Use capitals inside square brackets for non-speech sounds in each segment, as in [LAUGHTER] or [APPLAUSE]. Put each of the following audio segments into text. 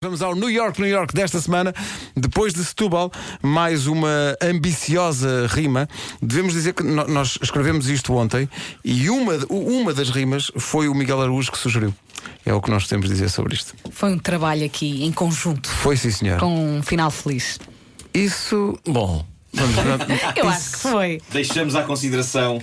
Vamos ao New York, New York desta semana. Depois de Setúbal, mais uma ambiciosa rima. Devemos dizer que no- nós escrevemos isto ontem e uma, uma das rimas foi o Miguel Araújo que sugeriu. É o que nós temos a dizer sobre isto. Foi um trabalho aqui em conjunto, Foi sim, senhor. com um final feliz. Isso. Bom, Vamos, [LAUGHS] Ah, Eu acho que foi. Deixamos à consideração.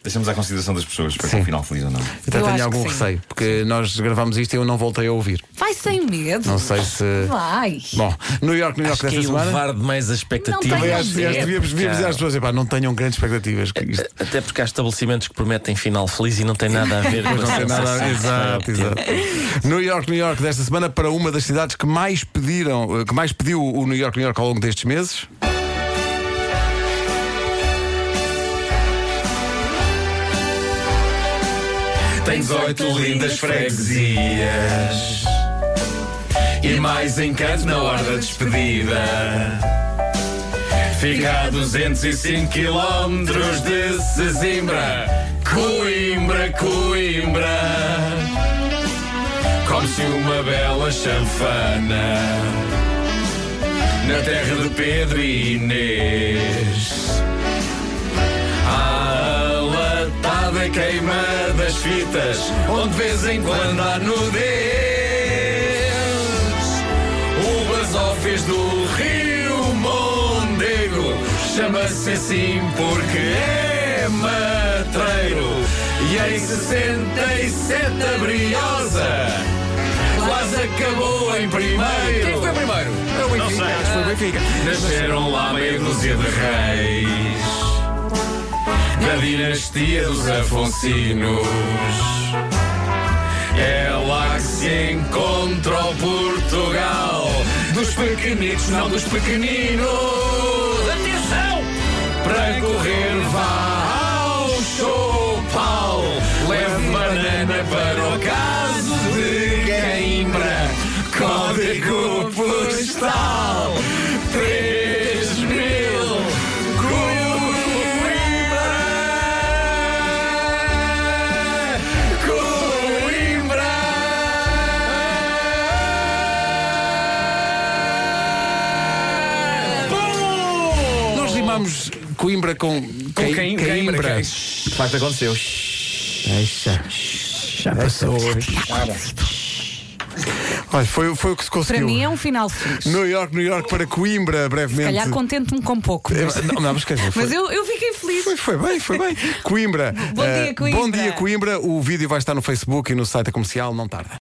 Deixamos à consideração das pessoas para Sim. o final feliz ou não. até Eu acho tenho que algum sim. receio, porque nós gravámos isto e eu não voltei a ouvir. Vai sem medo. Não sei se. Vai. Bom, New York, New York acho que é desta semana. elevar demais as Não expectativas. tenho Aliás, aliás, medo, devíamos, devíamos dizer às pessoas: "Epá, não tenham grandes expectativas. que isto- Até porque há estabelecimentos que prometem final feliz e não tem nada a [LAUGHS] ver com a Não tem nada a sensação ver. que Exato, se vai exato. obter. New York, New York desta semana para uma das cidades que mais pediram, eh, que mais pediu o New York, New York ao longo destes meses. Tens oito lindas freguesias E mais encanto na hora da despedida Fica a 205 quilómetros de Sesimbra Coimbra, Coimbra Come-se uma bela chanfana Na terra de Pedro e Inês a latada queima das fitas, onde de vez em quando há nudez. O basófias do Rio Mondego chama-se assim porque é matreiro. E em 67 a Briosa quase acabou em primeiro. Quem foi primeiro? Não sei. Foi Benfica. Nasceram lá meia dúzia de reis Da dinastia dos Afonsinos É lá que se encontra o Portugal Dos pequenitos, não dos pequeninos Atenção! Para correr vá ao chopal Leve banana para o caso de Coimbra Código postal 3000 Coimbra Coimbra Nós rimamos Coimbra com, Cai- Caim- Coimbra. Coimbra. De facto aconteceu. Já passou hoje. Olha, foi, foi o que se Para conseguiu. mim é um final feliz. Se New York, New York para Coimbra, brevemente. calhar contente-me com pouco. Eh, Mas, Não, não, mas quer dizer, foi- mas eu, eu fiquei feliz. Foi, foi bem, foi bem. Coimbra. Bom dia, eh, Coimbra. Bom dia, Coimbra. O vídeo vai estar no Facebook e no site da comercial, não tarda.